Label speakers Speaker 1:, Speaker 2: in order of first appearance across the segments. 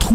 Speaker 1: 突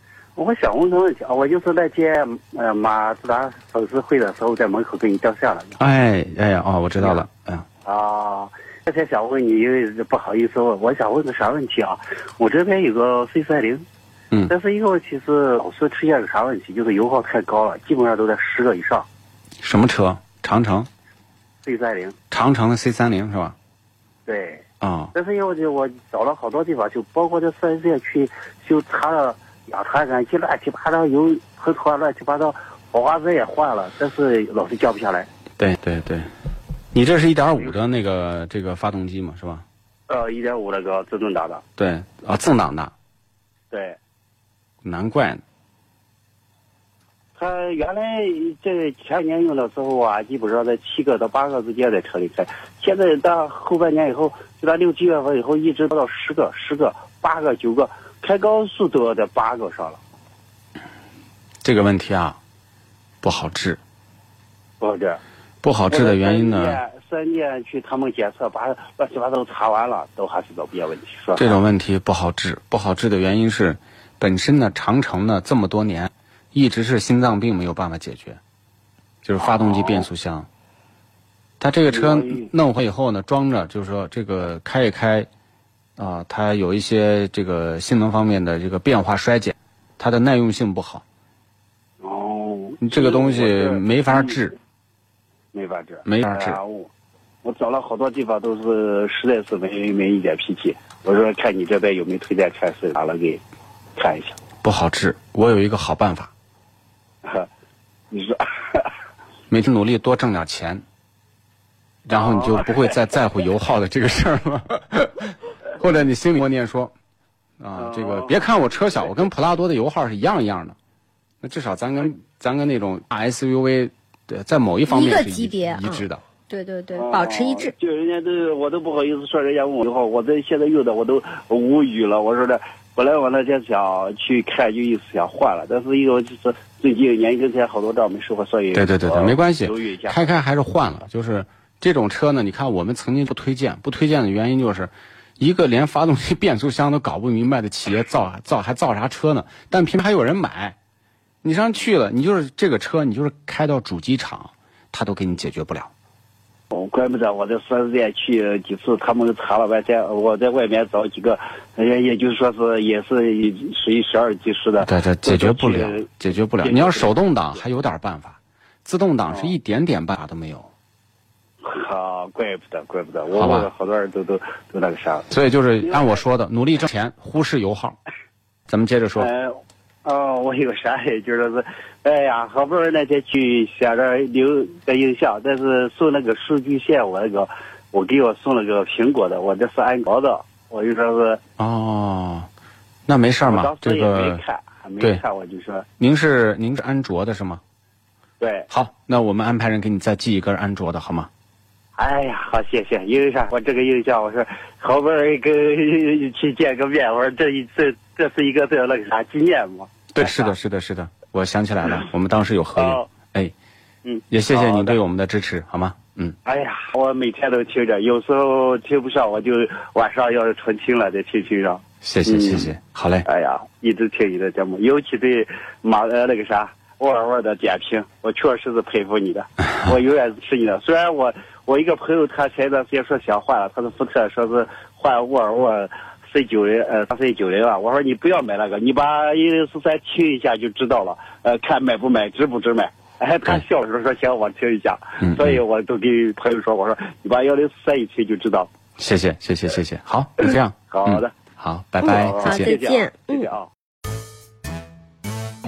Speaker 2: 我想问个问题啊，我就是那天呃马自达手术会的时候，在门口给你掉下来的
Speaker 3: 哎哎哦，我知道了，嗯，
Speaker 2: 啊。那天想问你，因为不好意思问，我想问个啥问题啊？我这边有个 C 三零，
Speaker 3: 嗯
Speaker 2: 但是一个问题是老是出现个啥问题，就是油耗太高了，基本上都在十个以上。
Speaker 3: 什么车？长城，
Speaker 2: C 三零，
Speaker 3: 长城的 C 三零是吧？
Speaker 2: 对，
Speaker 3: 啊、
Speaker 2: 但是因为我找了好多地方，就包括这四 S 店去修擦了氧传感器，乱七八糟油喷涂啊，乱七八糟，火花针也换了，但是老是降不下来。
Speaker 3: 对对对，你这是一点五的那个这个发动机嘛，是吧？
Speaker 2: 呃，一点五那个自动挡的，
Speaker 3: 对啊，自档的，
Speaker 2: 对，
Speaker 3: 难怪呢。
Speaker 2: 它原来这前年用的时候啊，基本上在七个到八个之间在车里开，现在到后半年以后，就到六七月份以后，一直到十个、十个、八个、九个，开高速都要在八个上了。
Speaker 3: 这个问题啊，不好治。
Speaker 2: 哦，对。
Speaker 3: 不好治的原因呢？
Speaker 2: 三店去他们检测，把乱七八糟查完了，都还是找不见问题，是吧？
Speaker 3: 这种问题不好治，不好治的原因是，本身呢，长城呢这么多年一直是心脏病没有办法解决，就是发动机变速箱。它这个车
Speaker 2: 嗯
Speaker 3: 弄回以后呢，装着就是说这个开一开，啊、它有一些这个性能方面的这个变化衰减，它的耐用性不好，
Speaker 2: 哦，
Speaker 3: 你这个东西没法治，
Speaker 2: 嗯没法治，
Speaker 3: 没法治
Speaker 2: 哎呀我我找了好多地方都是，实在是没没一点脾气。我说看你这边有没有推荐车市，拿了给看一下。
Speaker 3: 不好治。我有一个好办法，
Speaker 2: 你说，
Speaker 3: 每天努力多挣点钱，然后你就不会再在乎油耗的这个事儿了。或者你心里默念说，啊，这个别看我车小，我跟普拉多的油耗是一样一样的，那至少咱跟咱跟那种大 SUV，对，呃在某一方面
Speaker 4: 一个
Speaker 3: 是一
Speaker 4: 级别嗯
Speaker 3: 一致的。
Speaker 4: 对对对，保持一致
Speaker 2: 哦。就人家都我都不好意思说人家问我以后，我这现在用的我都无语了。我说的，本来我那天想去看，就意思想换了，但是因为就是最近年跟前好多账没收回，所以
Speaker 3: 对对对对，
Speaker 2: 我
Speaker 3: 没关系
Speaker 2: 呃犹豫一，下。
Speaker 3: 开开还是换了。就是这种车呢，你看我们曾经不推荐，不推荐的原因就是，一个连发动机、变速箱都搞不明白的企业造造还造啥车呢？但偏偏还有人买，你上去了，你就是这个车，你就是开到主机厂，他都给你解决不了。
Speaker 2: 哦怪不得我在四 S 店去几次，他们都查了半天。我在外面找几个，人家也就是说是也是属于十二级市的，
Speaker 3: 对，这解决不了，解决不了。
Speaker 2: 解决
Speaker 3: 你要
Speaker 2: 不了
Speaker 3: 手动挡还有点办法，自动挡是一点点办法都没有。
Speaker 2: 哦啊，怪不得，怪不得，我
Speaker 3: 好吧
Speaker 2: 问了好多人都都都那个啥。
Speaker 3: 所以就是按我说的，努力挣钱，忽视油耗。咱们接着说，
Speaker 2: 呃，哦，我有个啥也就是说是，哎呀，好不容易那天去想着留个印象，但是送那个数据线，我那个我给我送了个苹果的，我这是安卓的，我就说是，
Speaker 3: 哦，那没事儿
Speaker 2: 我
Speaker 3: 嘛
Speaker 2: 当，时
Speaker 3: 啊这
Speaker 2: 也
Speaker 3: 个
Speaker 2: 没看，还没
Speaker 3: 对
Speaker 2: 看，我就说
Speaker 3: 您是您是安卓的是吗？
Speaker 2: 对，
Speaker 3: 好，那我们安排人给你再寄一根安卓的好吗？
Speaker 2: 哎呀，好谢谢，因为啥，我这个印象，我说好不容易跟 去见个面，我说这一这这是一个这那个啥纪念嘛，
Speaker 3: 对，哎是的，是的，是的，我想起来了，我们当时有合影
Speaker 2: 哦，
Speaker 3: 哎，
Speaker 2: 嗯，
Speaker 3: 也谢谢
Speaker 2: 好
Speaker 3: 您
Speaker 2: 的
Speaker 3: 对我们的支持，好吗？嗯，
Speaker 2: 哎呀，我每天都听着，有时候听不上，我就晚上要是纯听了再听听上。
Speaker 3: 谢谢，
Speaker 2: 嗯
Speaker 3: 谢谢，好嘞，
Speaker 2: 哎呀，一直听你的节目，尤其对马呃那个啥沃尔沃的点评，我确实是佩服你的，我永远是你的。虽然我我一个朋友他前一段时间说想换了，他是福特，说是换沃尔沃岁九人，呃，八岁九人啊。我说你不要买那个，你把一零四三听一下就知道了，呃，看买不买，值不值买。哎，他笑着说行，我听一下。
Speaker 3: 嗯
Speaker 2: 所以我都跟朋友说，我说你把幺零四三一听就知道。
Speaker 3: 谢谢谢谢谢谢，好，就这样，
Speaker 2: 好的
Speaker 3: 嗯，好，拜拜
Speaker 2: 好，
Speaker 3: 再见。
Speaker 4: 好
Speaker 2: 谢谢
Speaker 4: 再见
Speaker 2: 啊
Speaker 4: 嗯
Speaker 2: 谢谢啊。